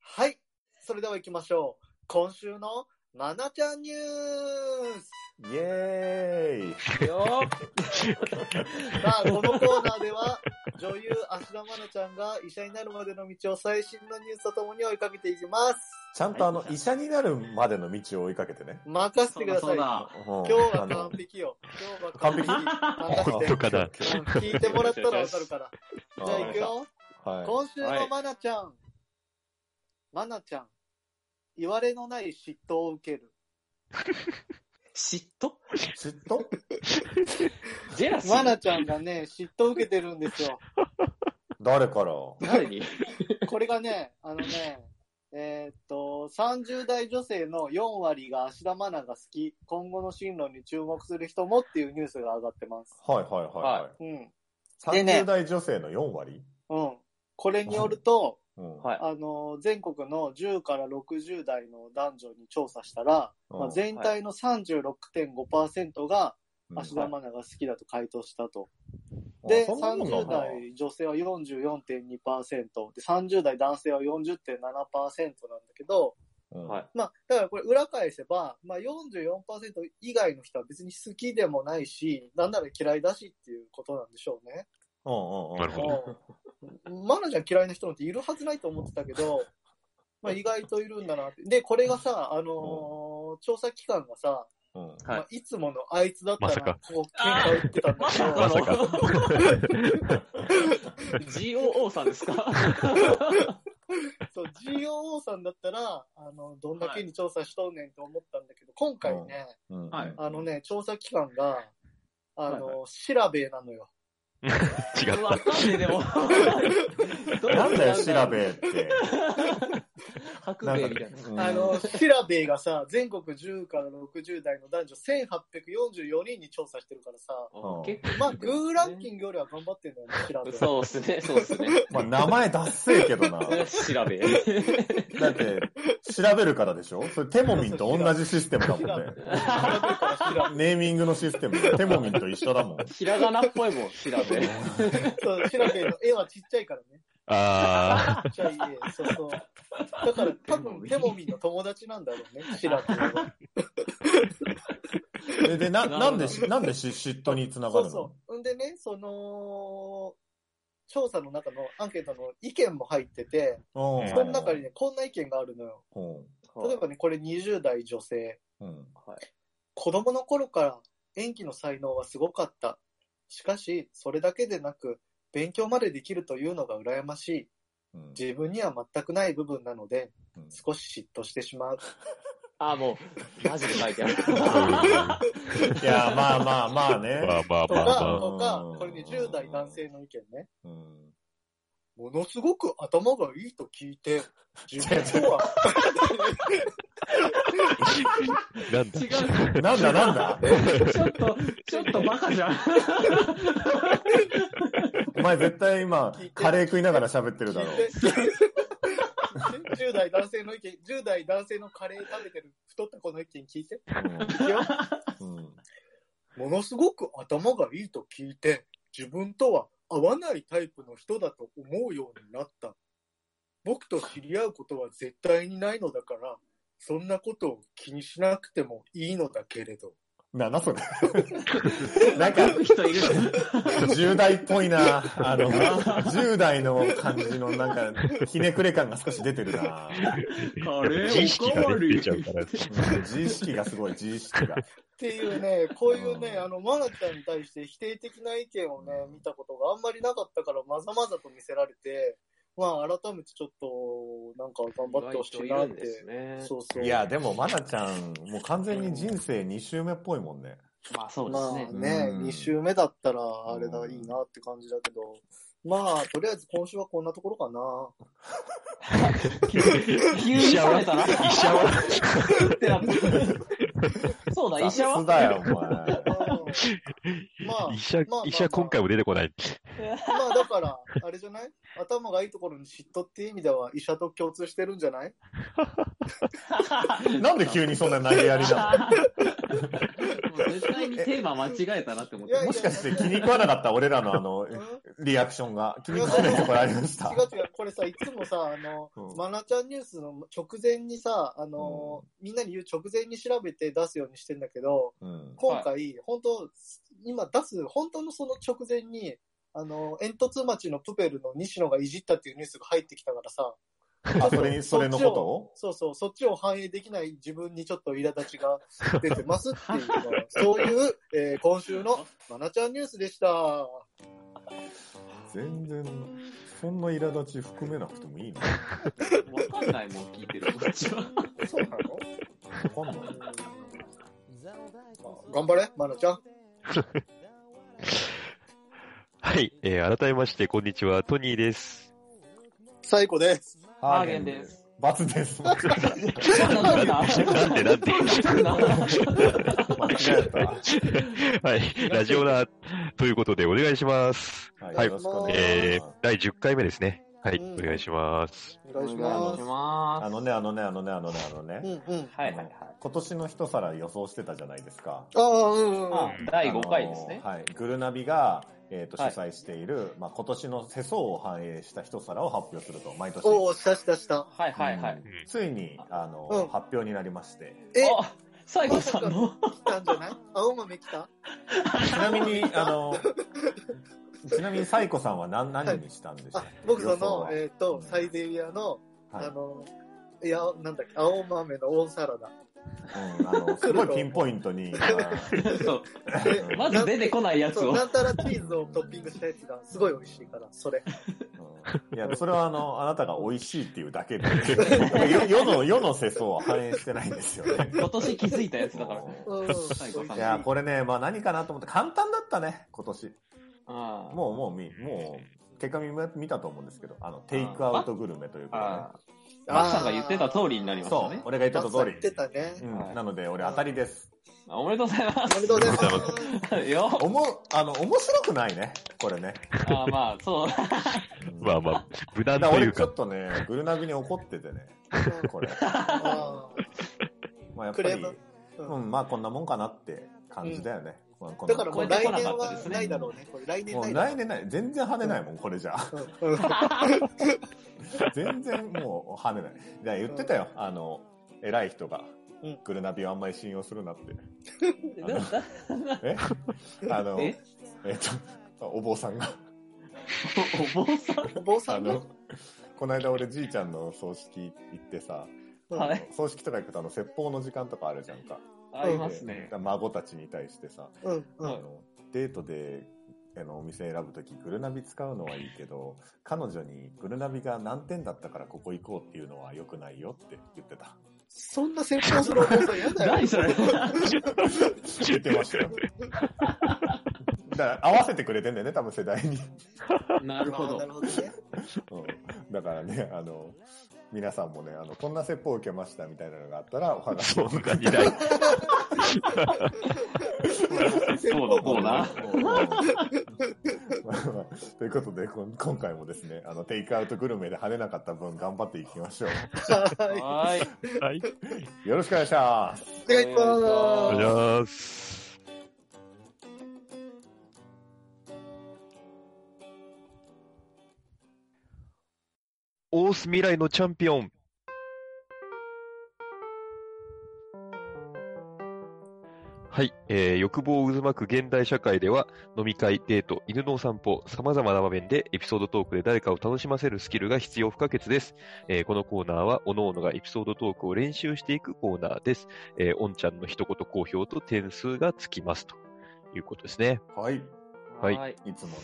はい。それでは行きましょう。今週のまなちゃんニュースイエーイよさあ、このコーナーでは、女優芦田愛菜ちゃんが医者になるまでの道を最新のニュースとともに追いかけていきます。ちゃんとあの、医者になるまでの道を追いかけてね。任せてください。今だ。今日はの完、璧よ。今日は完璧。本任当かな。せて。聞いてもらったらわかるから。あじゃあ行くよ。は今週のまなちゃん。まなちゃん。言われのない嫉妬を受ける。嫉妬い。嫉妬ジェラシーまなちゃんがね、嫉妬を受けてるんですよ。誰から誰にこれがね、あのね、えーっと、30代女性の4割が芦田愛菜が好き、今後の進路に注目する人もっていうニュースが上がってます。はいはいはいはい。うん。でね30代女性の4割うん。これによると、うんはい。あの、全国の10から60代の男女に調査したら、うんまあ、全体の36.5%がうん芦田愛菜が好きだと回答したと。あで、そんなもんなん30だ代女性は44.2%、で、30代男性は40.7%なんだけど、うんはいまあ、だからこれ裏返せば、まあ44%以外の人は別に好きでもないし、なんなら嫌いだしっていうことなんでしょうね。うんうんうん。なるほどうん。マナちゃん嫌いな人なんているはずないと思ってたけど、まあ意外といるんだなって。で、これがさ、あのー調査機関がさ、うんはいまあ、いつものあいつだったまさら、かこう、喧嘩売ってたんだ けど、まさか。 GOO さんですかそう、GOO さんだったら、あの、どんだけに調査しとんねんと思ったんだけど、今回ね、うんはいあのね、調査機関が、あの、はい調べなのよ。違った。わかんねえ、でも。なんだよ、調べって。白 なんか米みたいな。うんあの、調べがさ、全国10から60代の男女1844人に調査してるからさ、うん結構まあ、グーランキンングよりは頑張ってんだよね、調べ。そうっすね、そうっすね。まあ、名前ダッセーけ どな。調べ。 だって、調べるからでしょそれ、テモミンと同じシステムだもん調べ。調べねる。から調べ。ネーミングのシステム、テモミンと一緒だもん。 ひらがなっぽいもん、 調べ。そう、調べの絵はちっちゃいからね。あちっちゃい絵、そうそう。だから多分、テモミンの友達なんだろうね、調べは。で、でな、なんでし、なんでし嫉妬につながるのそうそう。んでね、その、調査の中のアンケートの意見も入ってて、うその中にね、こんな意見があるのよ。うん。例えばね、これ20代女性。うん。子供の頃から演技の才能はすごかった。しかし、それだけでなく、勉強までできるというのが羨ましい。うん自分には全くない部分なので、うん少し嫉妬してしまう。あ、もう、マジで書いてある。あ。いや、まあまあまあまね。あまあとまあか、まとかうん、これね、10代男性の意見ね。うんものすごく頭がいいと聞いて、自分とはあ。なんだ違う。なんだなん だちょっと、ちょっとバカじゃん。お前絶対今聞いて、カレー食いながら喋ってるだろう。聞いて10代男性の意見、10代男性のカレー食べてる太った子の意見聞いて。いくようんうんものすごく頭がいいと聞いて、自分とは合わないタイプの人だと思うようになった。僕と知り合うことは絶対にないのだから、そんなことを気にしなくてもいいのだけれど。な、なそれ。 なんか、人いる。 10代っぽいな。あの、10代の感じの、なんか、ひねくれ感が少し出てるな。カレ自意識ーおかがわね、出りち。ゃうから。うん自意識がすごい、自意識が。っていうね、こういうね、うんあの、マナちゃんに対して否定的な意見をね、見たことがあんまりなかったから、まざまざと見せられて、まあ、改めてちょっと、なんか頑張ってほしいなって。ねそうそう。いや、でも、まなちゃん、もう完全に人生2周目っぽいもんね。まあそうでますあね。ね、うん2週目だったら、あれだ、いいなって感じだけど、まあ、とりあえず今週はこんなところかな。急にされたな。医者は、ってなった そうだ、医者雑はだよ、お前。 うんまあ、医者まあまあ、医者今回も出てこない。まあだから、あれじゃない頭がいいところに嫉妬っていう意味では医者と共通してるんじゃないなんで急にそんな投げやりなもう絶対にテーマ間違えたなって思っいやいやのて。もしかして気に食わなかった俺らのあのう、んリアクションが。気に食わないところありました違。う違う、これさ、いつもさ、あの、うんマナちゃんニュースの直前にさ、あの、みんなに言う直前に調べて出すようにしてんだけど、うん今回、本当、今出す、本当のその直前に、あの、煙突町のプペルの西野がいじったっていうニュースが入ってきたからさ、あ、それに、それのことをそうそう、そっちを反映できない自分にちょっと苛立ちが出てますっていうのが、そういう、えー今週のマナちゃんニュースでした。全然、そんな苛立ち含めなくてもいいな。わかんないもん、聞いてるこっちは。そうなのわかんない。頑張れ、マナちゃん。はい、えー改めまして、こんにちは、トニ ーです。最後です。ハーゲンです。罰です。間違 なんだなんでなんでえた。はい、ラジオナということでお願いします。ははいい、よろしくお願いえしまーす。、第10回目ですね。はい、うんお願いします。お願いします。あまのね、あのね、あのね、あのね、あのねう。んうん。す。はいはいはい。今年の一皿予想してたじゃないですか。ああ、うんうん。あ第5回ですねあ。のはい。グルナビが、えーと主はい催している、まあ、今年の世相を反映した一皿を発表すると、毎年。おお、したしたした。はいはいはい。うんついに、あの、うん発表になりまして。え、あ、最後さ んの来たんじゃない青豆来たちなみ に、あの、ちなみに、サイコさんは何、何にしたんでしたあっけ、僕そ予想のは、えっ、と、サイゼリアの、はいあの、いや、なんだっけ、青豆のオンサラ ダ。うん、あ の、すごいピンポイントに、そうでうんまず出てこないやつそうを。なんたらチーズをトッピングしたやつがすごい美味しいから、それ。うんいや、それはあの、あなたが美味しいっていうだけで、 世世の、世の世相は反映してないんですよね。 今年気づいたやつだから。うん。 最後さいや、美これね、まあ何かなと思って、簡単だったね、今年。あもう、もうみ、もう、結果見ま見たと思うんですけど、あの、テイクアウトグルメというかああ。マキさんが言ってた通りになりね。ましそたうね、。俺が言ってたバッサ通リ言ってたね。り。うはいん、なので、俺当たりです。おめでとうございまお めでとうございます。す。よおも、あの、面白くないね、これね。あーまあ、そう。うんまあまあ、無だから難という俺ちょかっ、とね、グルナビに怒っててね、これ。あまあやっクぱレー、りムうーうんん、まあこんなもんかなって感じだよね。まあこん なだからももうんか来な年はないだろうね。これ来年もなういだろ来年ない。全然跳ねないもん、これじゃ。う。うん全然もう跳ねない。じゃあ言ってたよ、あの、偉い人がうん。グルナビをあんまり信用するなって。だだえあの、ええっと、お坊さんが。おお坊さんお坊さあんのの、 この間俺じいちゃんの葬式行ってさ、はあい。の葬式とか行くとあの、説法の時間とかあるじゃんか。ありますねで。孫たちに対してさ、うんうあん。のデートであのお店選ぶときグルナビ使うのはいいけど彼女にグルナビが何点だったからここ行こうっていうのは良くないよって言ってたそんな先方するお坊さん嫌だよ。何そ れ言ってましたよだから合わせてくれてんだよね多分世代 に、なる ほあーなど。るほどね。うんだからねあの皆さんもねあのこんな説法を受けましたみたいなのがあったらお話そんなにない。そうのコーナー。うん まあまあということでこん今回もですねあのテイクアウトグルメで跳ねなかった分頑張っていきましょうははー い。はい、よろしくお願いします。い。お願いしおま願いすし。ます。オース未来のチャンピオン。はい、えー欲望を渦巻く現代社会では、飲み会、デート、犬のお散歩、様々な場面でエピソードトークで誰かを楽しませるスキルが必要不可欠です。えーこのコーナーは、各々がエピソードトークを練習していくコーナーです。えー、おんちゃんの一言好評と点数がつきますということですね。はい。いはいはい。つもの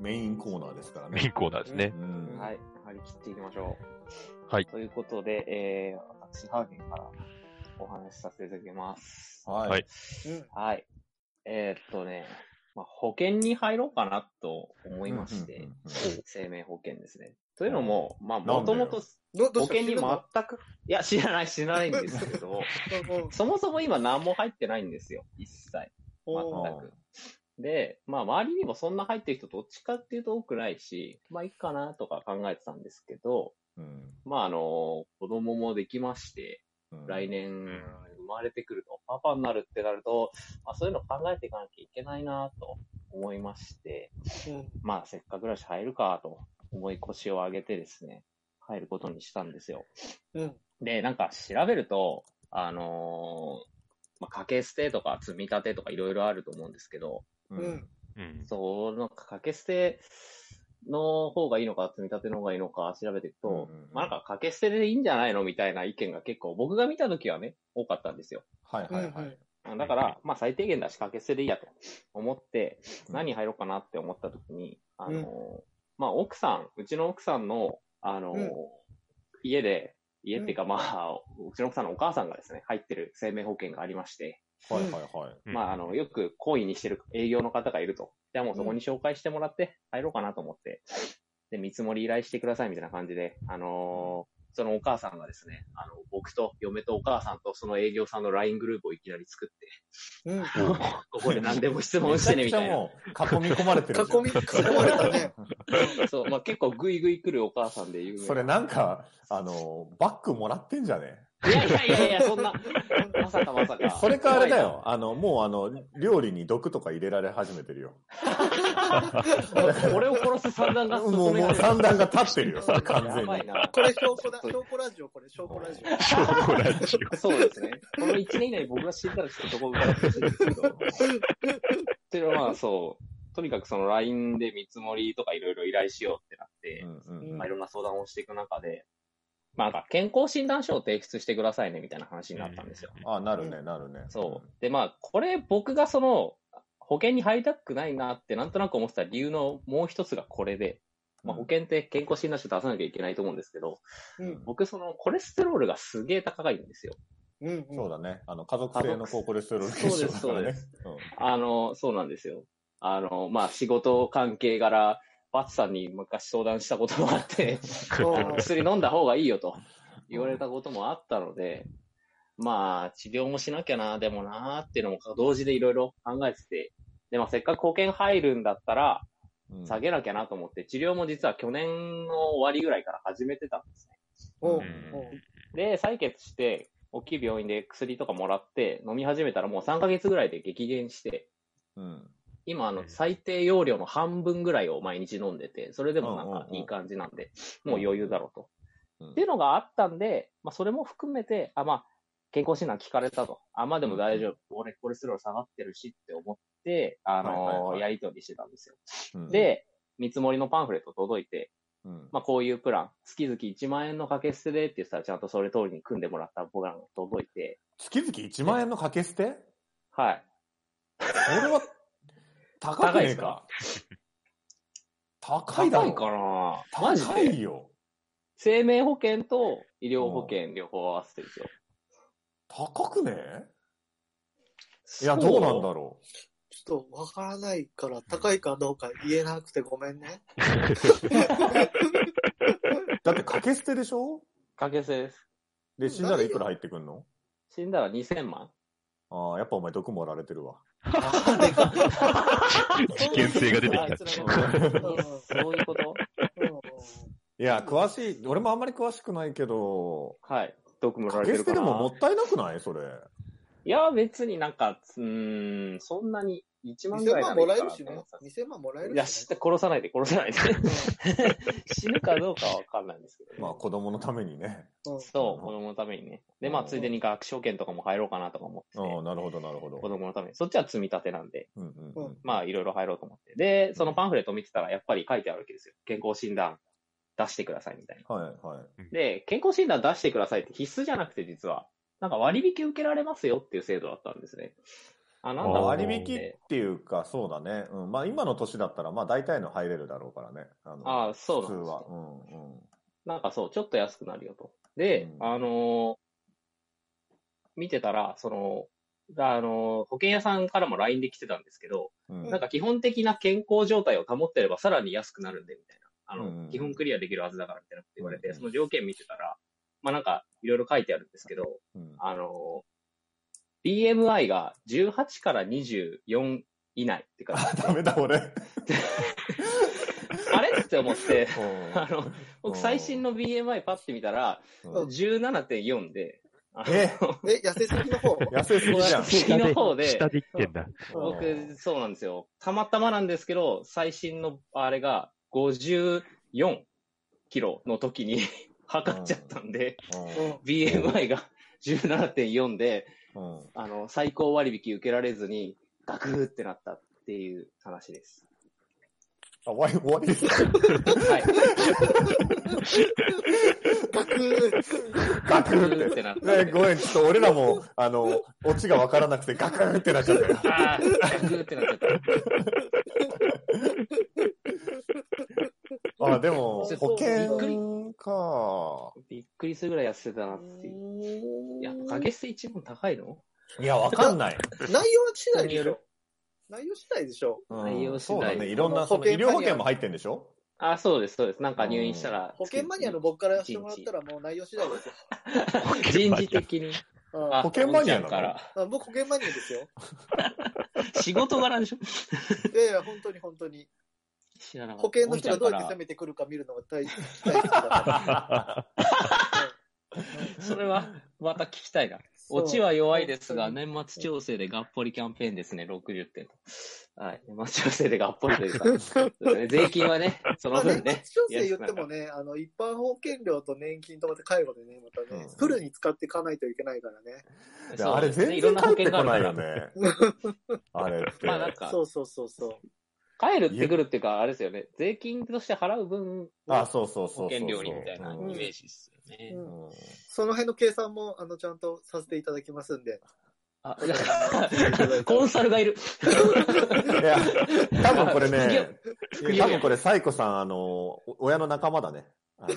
メインコーナーですからメインね。コーナーですねう。ん。はい。張り切っていきましょう。はいということで、えー、私、ハーゲンからお話しさせていただきます。ははいい。うんはい。えーっとね、まあ、保険に入ろうかなと思いまして、うんうんうん生命保険ですね。というのも、まあ、なもんでとよもとどどう保した険に全もく、いや、知らない、知らないんです けど、うんうんそもそも今何も入ってないんですよ、一切。お全ーく。で、まあ周りにもそんな入ってる人どっちかっていうと多くないし、まあいいかなとか考えてたんですけど、うん。まああの、子供もできまして、うん来。年生まれてくると、パパになるってなると、まあそういうの考えていかなきゃいけないなと思いまして、まあせっかくだし入るかと思い腰を上げてですね、入ることにしたんですよ。うん。うん。で、なんか調べると、あのーまあ、掛け捨てとか積み立てとかいろいろあると思うんですけど、ううんん。。うん。その掛け捨ての方がいいのか、積み立ての方がいいのか調べていくと、うんうんうんまあなんか掛け捨てでいいんじゃないのみたいな意見が結構僕が見た時はね、多かったんですよ。はいはいはい。だから、まあ最低限だし掛け捨てでいいやと思って、うん何入ろうかなって思った時に、あのー、まあ奥さん、うちの奥さんの、あのー、うん家で、家っていうかまあ、うちの奥さんのお母さんがですね、入ってる生命保険がありまして、はいはいはい。うんまあ、あの、よく懇意にしてる営業の方がいると。じゃあもうそこに紹介してもらって入ろうかなと思って、で、見積もり依頼してくださいみたいな感じで、あのーそのお母さんがですね、あの、僕と嫁とお母さんとその営業さんの LINE グループをいきなり作って、うん。囲ここで何でも質問してねみたいな。めちゃくちゃもう囲み込まれてるじゃん。み、囲まれたね。そう、まあ結構グイグイ来るお母さんで有名なそれなんか、あの、バッグもらってんじゃねいやいやいやいや、そんな、まさかまさか。それかあれだよ。あの、もうあの、料理に毒とか入れられ始めてるよ。怖いな。俺を殺す三段が進めもう、もう三段が立ってるよ、それ完全やばいに。な。これ、証拠だ、証拠ラジオ、これ、証拠ラジオ。証拠ラジそうですね。この1年以内に僕が死んだらちょっとそこを伺ってほしいんですけど。っていうのはまあそう、とにかくその LINE で見積もりとかいろいろ依頼しようってなって、うんうんうんまあいろんな相談をしていく中で、まあなんか健康診断書を提出してくださいねみたいな話になったんですよ。あ、なるね、なるね。そう。でまあこれ僕がその保険に入りたくないなってなんとなく思ってた理由のもう一つがこれで、まあ保険って健康診断書出さなきゃいけないと思うんですけど、うん。僕そのコレステロールがすげえ高いんですよ。うん。そうだね。あの、家族性の高コレステロールそうです血症だからね。あの、そうなんですよ。あの、まあ、仕事関係柄、バツさんに昔相談したこともあって、あの薬飲んだ方がいいよと言われたこともあったので、まあ、治療もしなきゃな、でもなーっていうのも同時でいろいろ考えてて、で、まあ、せっかく保険入るんだったら、うん下げなきゃなと思って、治療も実は去年の終わりぐらいから始めてたんですね。おううんおうで、採血して、大きい病院で薬とかもらって、飲み始めたらもう3ヶ月ぐらいで激減して、うん。今、あのう、ん最低容量の半分ぐらいを毎日飲んでて、それでもなんうんうんかうんいい感じなんで、もう余裕だろうと。うんっていうのがあったんで、まあ、それも含めて、あ、まあ、健康診断聞かれたと。あ、まあでも大丈夫。俺、コレステロール下がってるしって思って、あのーはいはいはいやりとりしてたんですよ。うん、で、見積もりのパンフレット届いて、うんまあ、こういうプラン、月々1万円の掛け捨てでって言ったら、ちゃんとそれ通りに組んでもらったプランが届いて、月々1万円の掛け捨てはい。これは、高くねえか。高いだろ。なマジ高でいよ。生命保険と医療保険両方合わせてるんですよ。高くねえいや、どうなんだろちょっとわからないから、高いかどうか言えなくてごめんね。う。だって掛け捨てでしょ掛け捨てです。で、死んだらいくら入ってくんの死んだら2000万ああ、やっぱお前毒盛られてるわ。事件性が出てきた。そういうこといや、詳しい、俺もあんまり詳しくないけど、はい。毒盛ら掛れけ捨てるてかでなももったいなくないそれ。いや、別になんか、うーん、そんなに1万ぐら2000いな万らいもいかえらとる思してね。った2000万もらえるいや、ししね。殺さないで、殺さないで。死ぬかどうかはわかんないんですけどね、 まあ子供のためにね。うんそう、子供のためにね。で、まあ、ついでに学証券とかも入ろうかなとか思ってて、ああ、なるほど、なるほど子。供のために。そっちは積み立てなんで、うんうんうん。まあ、いろいろ入ろうと思って。で、そのパンフレット見てたら、やっぱり書いてあるわけですよ。健康診断出してくださいみたいな。はい、はい。で、健康診断出してくださいって必須じゃなくて実は、なんか割引受けられますよっていう制度だったんですね。あ、なんまだあー割と思引っってていうか、そうだね。うん、まあ今の年だったら、まあ大体の入れるだろうからね。あのああそう普な通んですねは。うんうん。なんかそう、ちょっと安くなるよと。で、うんあのー見てたら、その、あのー保険屋さんからも LINE で来てたんですけど、うんなんか基本的な健康状態を保ってればさらに安くなるんで、みたいな。あの、うんうん基本クリアできるはずだからみたいなこと言われて、うんうんその条件見てたら、まあなんかいろいろ書いてあるんですけど、うんあの、BMI が18から24以いないって 感あ、じダメだ、俺。あれって思って、 あの、う僕ん最新の BMI パッて見たら、うん17.4で、あのえ、え、痩せすぎの方痩せすぎじゃん。右の方で下で行ってんだ。僕、そうなんですよ。たまたまなんですけど、最新のあれが54キロの時に 測っちゃったんで、う BMI が17.4で、うんうんあの、最高割引受けられずに、ガクーってなったっていう話です。あ、終わり、終わりですかはい。ガクーガガククンっ。ーっててなったね、んで。ごめん、ちょっと俺らも、あの、オチがわからなくてガクンってなっちゃったよ。あーガクーってなっちゃった。あ、で もちょ、っと保び険か。びっくりするぐらい痩せてたなっていう。いや、影捨て一番高いのいや、わかん ない。内容次第でしょ。内容次第でしょ。うん内容次そう第だね。いろんな、そそのの保医険療保険も入ってんでしょあ、そうです、そうです。なんか入院したら。保険マニアの僕からしてもらったらもう内容次第ですよ。人事的に。うんあ保険マニアなのお兄ちゃんから。あ僕保険マニアですよ。仕事柄でしょいやいや、本当に本当に。知らなかった保険の人がどうやってお攻兄めてくるか見るのが大大好きだから。ちゃんからそれは、また聞きたいな。オチは弱いですが、年末調整でがっぽりキャンペーンですね、60点。はい。年末調整でがっぽりというか、税金はね、そまのあ、年分末ね。調整言ってもね、あの、一般保険料と年金とまた介護でね、またね、うんフルに使っていかないといけないからね。安くなるであれそうです全ね然返ってこないよいろんな保険があるかね。あれって。 らまあなんかそ、うそうそうそう。帰るってくるっていうか、あれですよね。税金として払う分、あ、そうそうそうそうそう。保険料理みたいなイうんメージですよね。うんうんその辺の計算も、あの、ちゃんとさせていただきますん で。あ、なんか、コンサルがいる。 いや、多分これ副業ね、いや多分これ、サイコさん、あの、お親の仲間だね。あの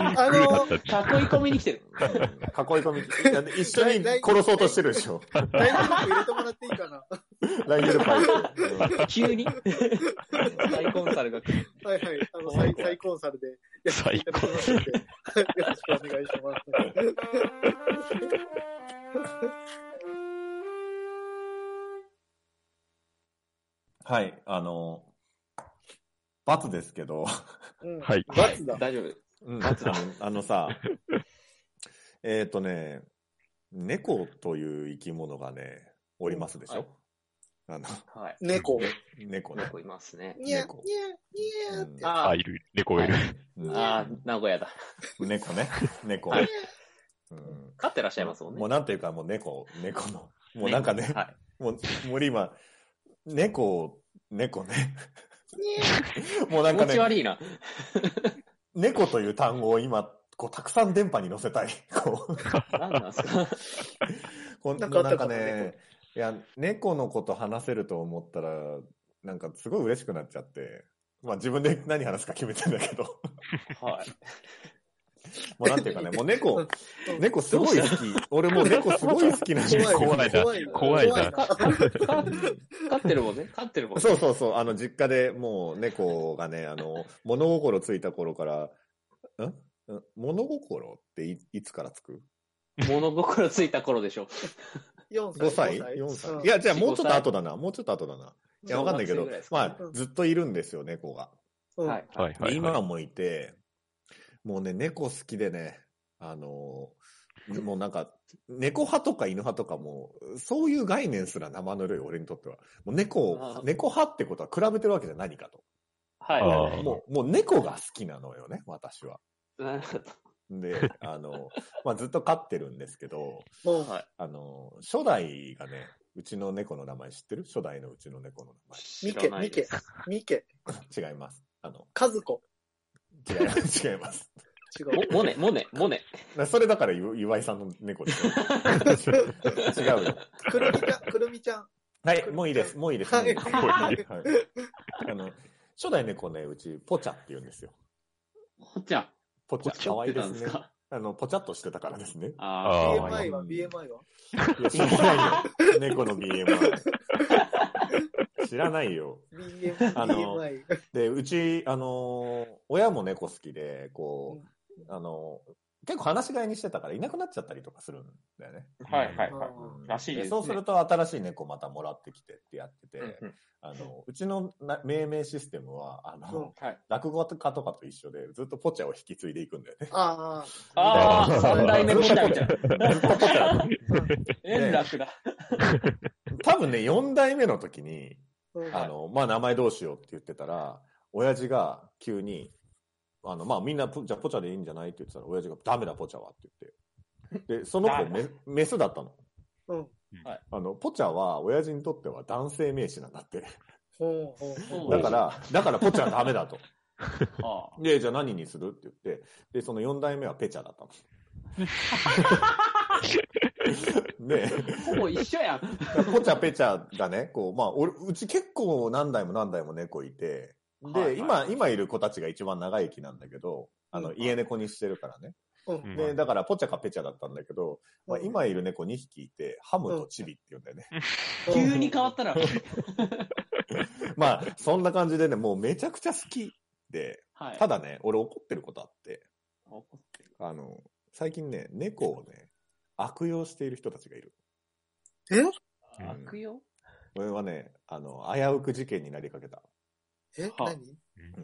あの、囲い込みに来てる。囲い込み、いや一緒に殺そうとしてるでしょ。大丈夫入れてもらっていいかな。ライングルパイ急に。大コンサルが来る。はいはい。あの、再再コンサルでやっていただきますんで。よろしくお願いします。はい、あの、罰ですけど、うんはい罰だ。大丈夫。罰だねあのさ、えっとね、猫という生き物がね、おりますでしょ、あの、はい。猫。に猫ね。猫いますね。ゃ、にゃ、猫にゃって。あ、あいる。猫がいる。うんあ、名古屋だ。猫ね。猫。はいうん飼ってらっしゃいますもんもうね。なんていうか、もう猫、猫の。もうなんかね、はい。もう、もう今、猫、猫ね。にゃ もうなんか気持ちね、悪いな。猫という単語を今、こう、たくさん電波に乗せたい。こう、何なんですかこんななんかあったんかかなね、いや、猫のこと話せると思ったら、なんかすごい嬉しくなっちゃって、まあ自分で何話すか決めてんだけど、 はい。もうなんていうかね、もう猫、うん猫すごい好き。俺もう猫すごい好きなんですよ。怖いな怖いな。怖いなかか飼ってるもんね。飼ってるもんね。そうそうそう、あの、実家でもう猫がね、あの、物心ついた頃から、んん物心っていいつからつく物心ついた頃でしょ。 4 ?5 歳歳 ?4 歳、うんいや、じゃあ4もうちょっと後だな。もうちょっと後だな。いや、わかんないけ小ど学生ぐらいです、かねまあ、ずっといるんですよ、猫が。うんはい。はいはい、はい。今はもういて、もうね、猫好きでね、あの、もうなんか、猫派とか犬派とかも、そういう概念すら生ぬるい、俺にとっては。もう猫あを、猫派ってことは比べてるわけじゃ何かと。はい。あーもう、もう猫が好きなのよね、私は。なるほど で、あの、まあ、ずっと飼ってるんですけど、うんはいあの、初代がね、うちの猫の名前知ってる初代のうちの猫のミ知ケら、なミいでケす。、ミケ、名前。違います。あの、カズコ。違い ます。違います。違う。モモネ、モネ、モネ。なそれだからゆ岩井さんの猫ですよ。 違うよ。くるみちゃん、くるみちゃん。はい、もういいです。もういいです。はいもうはいいいですはいあの、初代猫ね、うち、ポチャって言うんですよ。ほっちゃん。ポチこっャ、ちゃかわいっいてでたんですすね。かあの、ポチャっとしてたからです ね。ああー BMI は、BMI は。いや、知らないよ。猫の BMI。知らないよ。 BMI。あの BMI で、うち、あのー親も猫好きで、こう、あの結構話し飼いにしてたからいなくなっちゃったりとかするんだよね。はいはいはうんい。らしいです、でそね。うすると新しい猫またもらってきてってやってて、うんうんあの、うちのな命名システムは、あの、うんはい。落語家とかと一緒で、ずっとポチャを引き継いでいくんだよね。ああーあ、三代目みたいじゃん。ず っとポチャ。円楽だ。多分ね、4代目の時に、ああ、の、まあ、名前どうしようって言ってたら、親父が急に、あの、まあ、みんなポ、じゃあポチャでいいんじゃないって言ってたら、親父がダメだポチャはって言って。で、その子メ、メスだったの。うん。あの、ポチャは親父にとっては男性名詞なんだって。ほうほうほ。そううだから、だからポチャはダメだと。ああで、じゃあ何にするって言って、で、その4代目はペチャだった の。で、ほぼ一緒やん。ポチャペチャがね、こう、まあ、俺、うち結構何代も何代も猫いて、で、はい今、今いる子たちが一番長生きなんだけど、あの、うん家猫にしてるからね。うんで、だから、ポチャかペチャだったんだけど、まあ、うん今いる猫2匹いて、ハムとチビって言うんだよね。急に変わったら。まあ、そんな感じでね、もうめちゃくちゃ好きで、はい。ただね、俺怒ってることあって、怒ってるあの、最近ね、猫をね、悪用している人たちがいる。えうん悪用これはね、あの、危うく事件になりかけた。えは何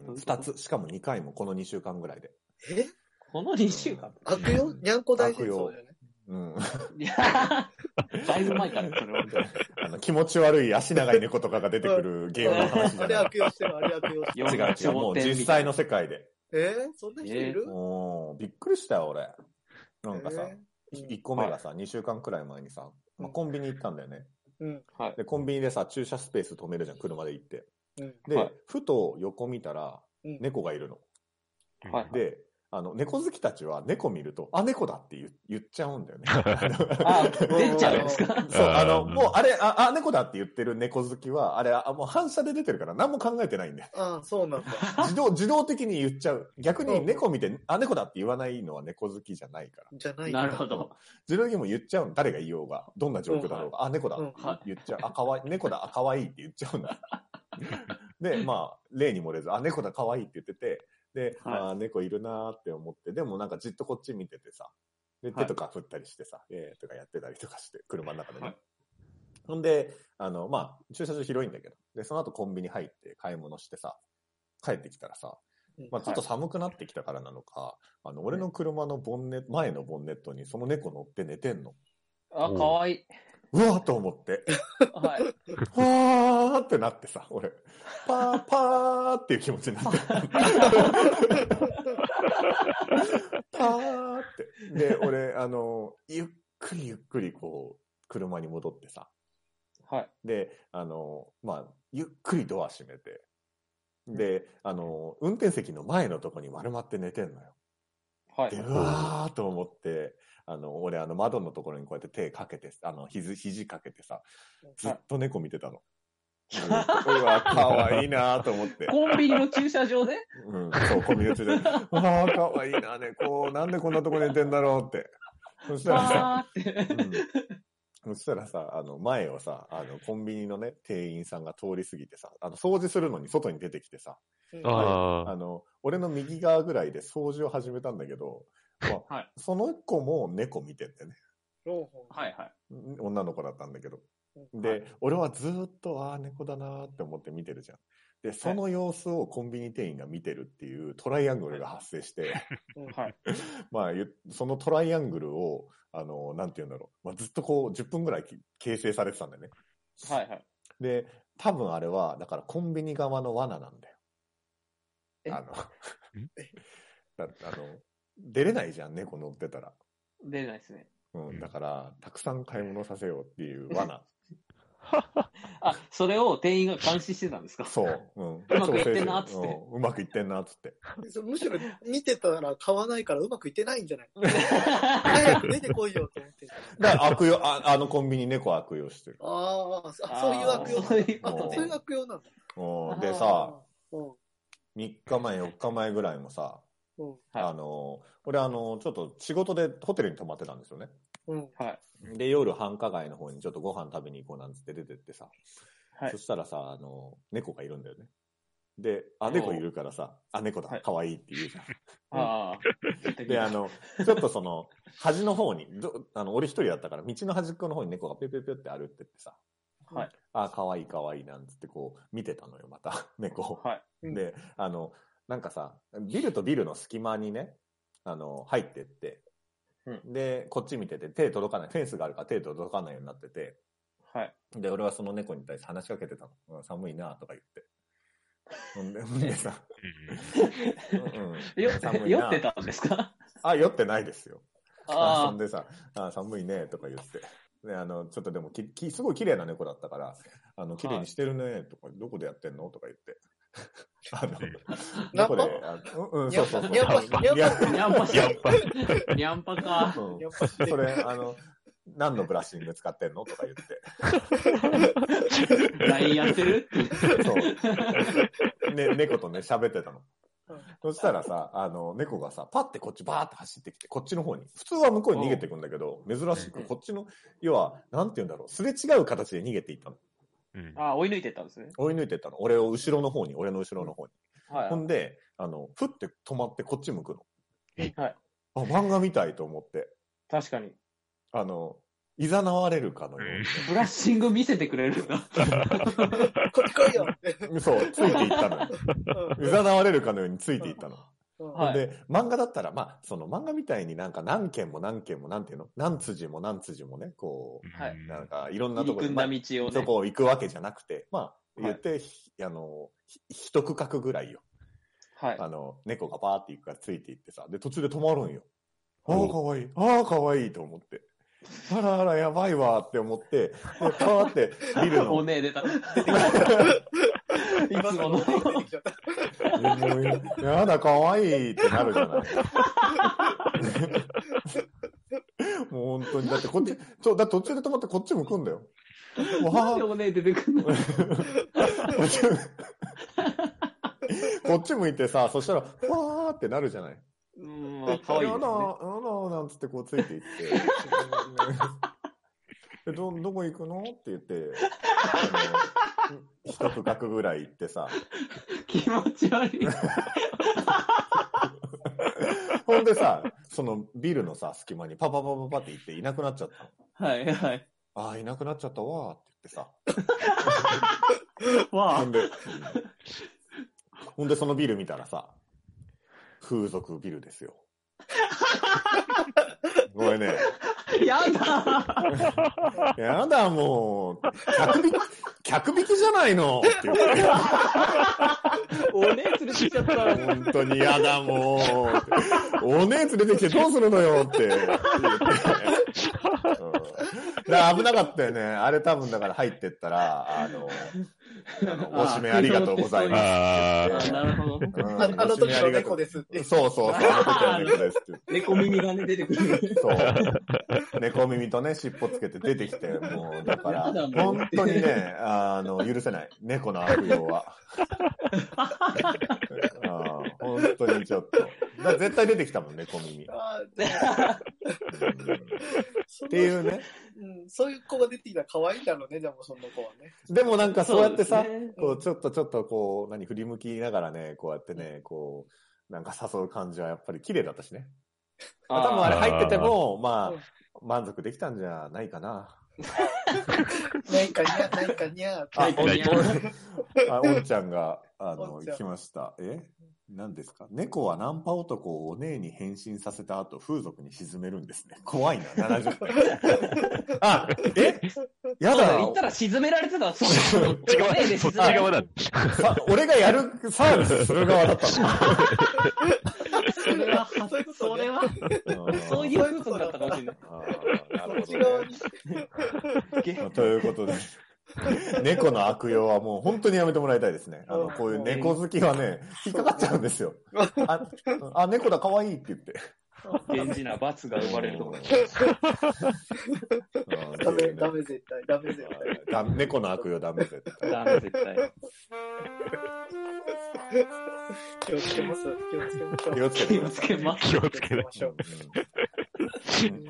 うん、2つ、しかも2回もこの2週間ぐらいで。えこの2週 間。悪用にゃんこ大臣そうじゃないうん。 いやだいぶ前から、それは。あの、気持ち悪い足長い猫とかが出てくるゲームの話じあゃれない。悪用してる、あれ悪用してる。違う違う、もう実際の世界で。えー、そんな人いる、おーびっくりしたよ、俺。なんかさ、えー1個目がさ、2週間くらい前にさ、まあ、コンビニ行ったんだよね。うん。はい。で、コンビニでさ、駐車スペース止めるじゃん、車で行って。うん。で、はいふと横見たら、うん猫がいるの。はいで、あの、猫好きたちは猫見ると、あ、猫だって言言っちゃうんだよね。あ、出ちゃうんですか そう、あの、うんもうあれ、あ、あ、猫だって言ってる猫好きは、あれ、あもう反射で出てるから何も考えてないんだよ。ああ、そう なんだ。自動、自動的に言っちゃう。逆うにん猫見て、あ、猫だって言わないのは猫好きじゃないから。じゃない。なるほど。自動的にもう言っちゃうの。誰が言おうが。どんな状況だろうが。あ、猫だ。うんは言っちゃう。あ、かわいい。猫だ。あ、かわいいって言っちゃうん だ。で、まあ、例に漏れず、あ、猫だ。かわいいって言ってて、で、はいあ、猫いるなーって思って、でもなんかじっとこっち見ててさ、で、はい手とか振ったりしてさ、えーとかやってたりとかして、車の中でね。はいほんで、あの、まあ、駐車場広いんだけど、で、その後コンビニ入って買い物してさ、帰ってきたらさ、まあ、ちょっと寒くなってきたからなのか、あの、俺の車のボンネ前のボンネットにその猫乗って寝てんの。あ、かわいい。うわーと思って。はい。わーってなってさ、俺、パーパーっていう気持ちになって。パーって。で、俺、あの、ゆっくりゆっくりこう、車に戻ってさ。はい。で、あの、まあ、ゆっくりドア閉めて。で、あの、運転席の前のとこに丸まって寝てんのよ。はで、い。うわーと思って、あの、俺、あの、窓のところにこうやって手かけて、あの、肘、肘かけてさ、ずっと猫見てたの。うわ、かわいいなと思って。コンビニの駐車場でうん、そう、コミュニティで。うわあ、かわいいな、猫。なんでこんなとこ寝てんだろうって。そしたらさ、わーって。うん、そしたらさ、あの、前をさ、あの、コンビニのね、店員さんが通り過ぎてさ、あの、掃除するのに外に出てきてさ、ああの、俺の右側ぐらいで掃除を始めたんだけど、まあ はいその子も猫見てんだよね。はいはい。女の子だったんだけど。で、はい俺はずーっと、ああ、猫だなーって思って見てるじゃん。で、その様子をコンビニ店員が見てるっていうトライアングルが発生 して、はい。まあ、ゆそのトライアングルを、あの、なんて言うんだろう。まあ、ずっとこう、10分ぐらいき形成されてたんだよね。はいはい。で、多分あれは、だからコンビニ側の罠なんだよ。えあの、 だってあの、出れないじゃん、猫乗ってたら。出ないですね。うん、だから、たくさん買い物させようっていう罠。あ、それを店員が監視してたんですか そう。うん。うまくいってんなっつってんうまくいってんな、つって。むしろ見てたら買わないからうまくいってないんじゃ ない早く出てこいよと思って。だから悪用、あ あのコンビニ猫悪用してる。ああ、そういう悪用そういうあことそういねう。悪用なんだ。うんでさ、、うん、 3日前、4日前ぐらいもさ、うん、はいあの、俺あの、ちょっと仕事でホテルに泊まってたんですよね。うん、はい。で、夜繁華街の方にちょっとご飯食べに行こうなんつって出てってさ、はいそしたらさ、あの、猫がいるんだよね。で、あ、猫いるからさ、あ、猫だ、可愛いって言うじゃん。ああ。で、あの、ちょっとその、端の方に、どあの俺一人だったから、道の端っこの方に猫がぴょぴょぴょって歩いてってさ、はい。あ、可愛い可愛いなんつってこう、見てたのよ、また、 猫を。はい。うんで、あの、なんかさ、ビルとビルの隙間にね、あの、入ってって、うで、こっち見てて、手届かない、フェンスがあるから手届かないようになってて、はい。で、俺はその猫に対して話しかけてたの。うん寒いなとか言って。ほんで、ほんで さ、うんうん酔寒いな酔ってたんですかあ、酔ってないですよ。そんあでさ、あ寒いねとか言って。で、あの、ちょっとでもきき、すごい綺麗な猫だったから、あの、綺麗にしてるねとか、どこでやってんのとか言って。 あの、どこで、あうん、うん、そうそうそう。にゃんぱしにゃんぱしにゃんぱしあ。にゃんぱ しやにゃんぱっぱ、か。うんやっぱしそれ、あの、何のブラッシング使ってんのとか言 っ LINE やってて。るそう。ね、猫とね、喋ってたのうん。そしたらさ、あの、猫がさ、パってこっちバーって走ってきて、こっちの方に。普通は向こうに逃げてくんだけど、珍しく、こっちの、要は、なんて言うんだろう、すれ違う形で逃げていったの。うんああ、追い抜いてったんですね。追い抜いてったの。俺を後ろの方に、俺の後ろの方に。はい。ほんで、あの、ふって止まってこっち向くの。はい。あ、漫画みたいと思って、確かに。あの、いざなわれるかのように。ブラッシング見せてくれるんだ。こっち来いよって。そう、ついていったのよ。 うざなわれるかのようについていったの。うんはいで、漫画だったら、まあ、その漫画みたいになんか何件も何件も、なんていうの何筋も何筋もね、こ、はいううんなんかいろんなと入こり組んだ道まをあそね。こ行くわけじゃなくて、まあ、い言って、ひあの、ひ一区画ぐらいよ。はい。あの、猫がバーって行くからついていってさ、で、途中で止まるんよ。あおあ、うかわいい。ああ、かわいいと思って。あらあら、やばいわーって思って、でパーってビルおの、ねえ出た。い今つのもの。出てきちゃったやだ、かわいいってなるじゃない。 もう本当に、だってこっち、ちょだって途中で止まってこっち向くんだよ。なわんであおねえ出てくるのこっち こっち向いてさ、そしたら、わーってなるじゃない。うん、まあ、かわいいやでだ、すやね。だ、なんつってこうついていって。 でど、どこ行くのって言って、あの一区画ぐらい行ってさ。気持ち悪い。ほんでさ、そのビルのさ、隙間にパパパパパって行っていなくなっちゃったの。はい、はい。ああ、いなくなっちゃったわーって言ってさ。わほあん、で、ほんでそのビル見たらさ、風俗ビルですよ。これね、やだやだもう、客引き、客引きじゃないのって言って。おねえ連れてきちゃった。本当に嫌だもう。お姉連れてきてどうするのよって。うんだから危なかったよね。あれ多分だから入ってったら、あの、あのおしめありがとうございますああなるほうんど。あのあの時の猫でですって。そうそうそう、あの時は猫ですって猫耳がね、出てくる。そう。猫耳とね、尻尾つけて出てきて、もう、だから、やだもう本当にね、あの、許せない。猫の悪用は。 あー本当にちょっと。だから絶対出てきたもん、猫耳。あーでうんそのっていうね。うんそういう子が出てきたら可愛いんだろうね、でもその子はね。でもなんかそうやってさ、そうですねこうちょっとちょっとこう、何、振り向きながらね、こうやってね、こう、なんか誘う感じはやっぱり綺麗だったしね。まあ多分あれ入ってても、まうんあ、満足できたんじゃないかな。ないかにゃ、ないかにゃって。あ、はおいんあおんちゃん が、あおの、んちゃん来ました。え何ですか猫はナンパ男をお姉に変身させた後、風俗に沈めるんですね。怖いな、70分。あ、えやそうだ、だ行ったら沈められてた。そうだ、ち側おねえでそっ沈めちられ側だ。さ俺がやるサービスする側だったそれは、それは、の。んそういう部分だったかもしれない。あーなそっるほち側どにね。まあということで、猫の悪用はもう本当にやめてもらいたいですね。あの、こういう猫好きはね、引っかかっちゃうんですよ。あ、あ猫だ、可愛いって言って。源氏な罰が生まれると思います。うんダメ、ダメ絶対、ダメ絶対。だ猫の悪用ダメ絶対。ダメ、絶対。気をつけます、気をつけましょう。気をつけて気くをだつさけます。気をつけない。い。うんうん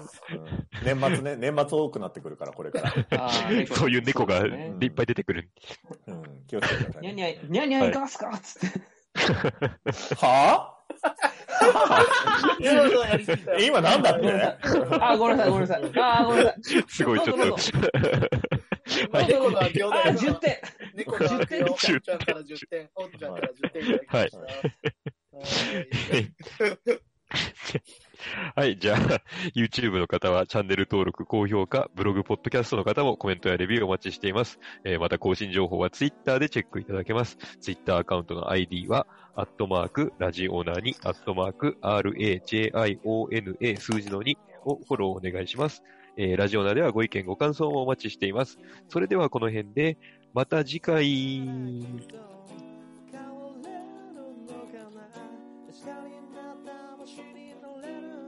年末ね、年末多くなってくるから、これから。あーそういう猫がいねっぱい出てくる。うん気をつけてくださいにゃね、んにゃん、にゃんにゃんいかがすかつって。は今のはやりすぎたぁよ今なんだっごめんなてさい。あ、ごめんなさい、ごめんなさい。あ、ごめんなさい。すごい、ちょっどうと。ぞはい猫の味をだあ、よ10点。猫の味をおっちゃんから10点、おっちゃんから10点いただきました。は いはい、じゃあ、YouTube の方はチャンネル登録、高評価、ブログ、ポッドキャストの方もコメントやレビューお待ちしています。えーまた更新情報は Twitter でチェックいただけます。Twitter アカウントの ID は、アットマーク、ラジオナに、アットマーク、RAJIONA 数字の2をフォローお願いします。えーラジオナではご意見、ご感想もお待ちしています。それではこの辺で、また次回。変われるのかな明日になった星に乗れる